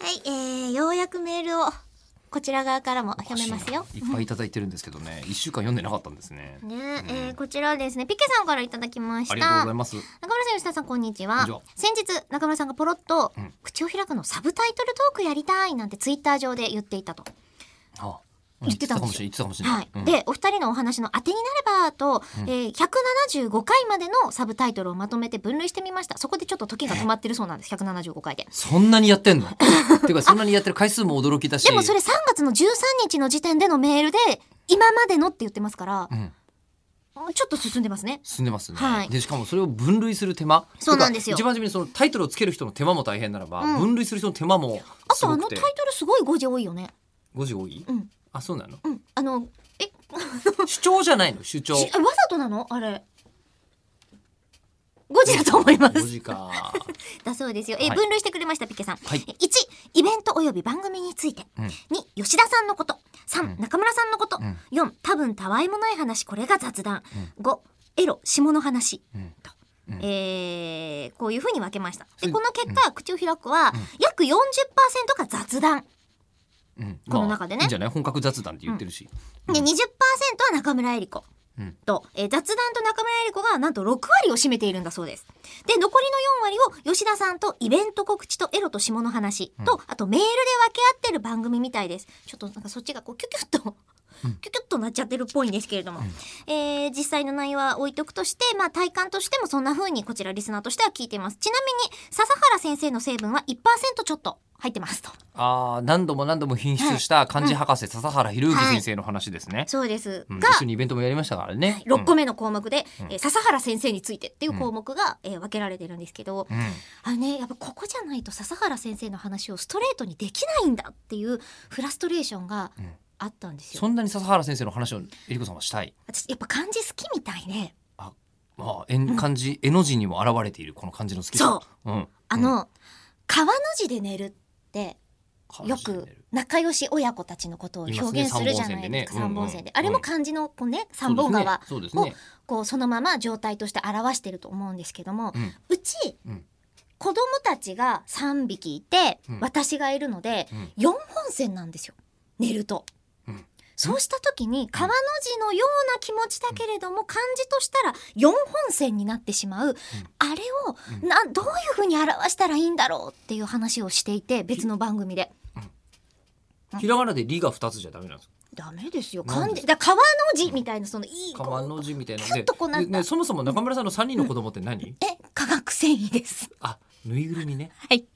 はい、えー、ようやくメールをこちら側からも読めますよ。いっぱいいただいてるんですけどね、一週間読んでなかったんですね。ねえーこちらはですねピケさんからいただきましたありがとうございます。中村さん吉田さんこんにちこはんにちは先日中村さんがポロッと、ん口を開くのサブタイトルトークやりたい」なんてツイッター上で言っていたと。あ、言ってたんかでもすしよれない。言ってたかもしれなはいい。うんでお二人のお話の当てになればと、えー175回までのサブタイトルをまとめて分類してみましたそこでちょっと時が止まってるそうなんです175回で。そんなに やってんのてかそんなにやってる回数も驚きだし。でもそれ3月の13日の時点でのメールで今までのって言ってますからう、ん、ちょっと進んでますね。進んでますね、はいでしかもそれを分類する手間そうなんですよてか一番初めにそのタイトルをつける人の手間も大変ならば、うん分類する人の手間もあすとあごのくタてイトルすごい誤字多いよね。 5時多い、うんあそうなのうん。あの、え、し主張じゃないの主張あわざとなのあれ。誤字だと思いま5す。時かだそうですよ。え、はい分類してくれました、ピケさん。はいえ1、イベントおよび番組について。うん2、吉田さんのこと。3、中村さんのこと。ん4、多分たわいもない話、これが雑談。5、エロ、下の話。うんとえーこういうふうに分けました。うで、んこの結果、口を開くは、約40%が雑談。うんこの中でねいいんじゃない本格雑談って言ってるし、で、20%は中村えり子。うんと、えー雑談と中村えり子がなんと6割を占めているんだそうです。で、残りの4割を吉田さんとイベント告知とエロと下の話と、あとメールで分け合ってる番組みたいです。ちょっとなんかそっちがこうキュキュッと。キュキュッとなっちゃってるっぽいんですけれども、えー実際の内容は置いとくとして、まあ、体感としてもそんな風にこちらリスナーとしては聞いていますちなみに笹原先生の成分は1%ちょっと入ってますとああ何度も何度も品質した漢字博士笹原博之先生の話ですね、そうですうんが一緒にイベントもやりましたからね、 6個目、目の項目で、えー笹原先生についてっていう項目が、えー分けられてるんですけど、うんあのねやっぱここじゃないと笹原先生の話をストレートにできないんだっていうフラストレーションがうんあったんですよ。そんなに笹原先生の話をえりこさんはしたい私やっぱ漢字好きみたいね。まあ、えん漢字、絵の字にも現れているこの漢字の好きさう、ん、あの、川の字で寝るってうんよく仲良し親子たちのことを表現するじゃないですか三いますね三本本線で線でね。あれうんうんも漢字のこうね三本川そうですをねこうそのまま状態として表してると思うんですけども、そうですねうち、うん子供たちが3匹いて、うん私がいるので、うん4本線なんですよ寝ると、うんそうした時に川の字のような気持ちだけれども、漢字としたら4本線になってしまう、あれをなどういうふうに表したらいいんだろうっていう話をしていて別の番組で。うん。ひらがなでりが二つじゃダメなんですか。ダメですよなん漢で字だから川の字みたいなそのいいこう川の字みたいなキュッとこうなっで。たね、そもそも中村さんの三人の子供って何？ え化学繊維です。あ、ぬいぐるみね。はい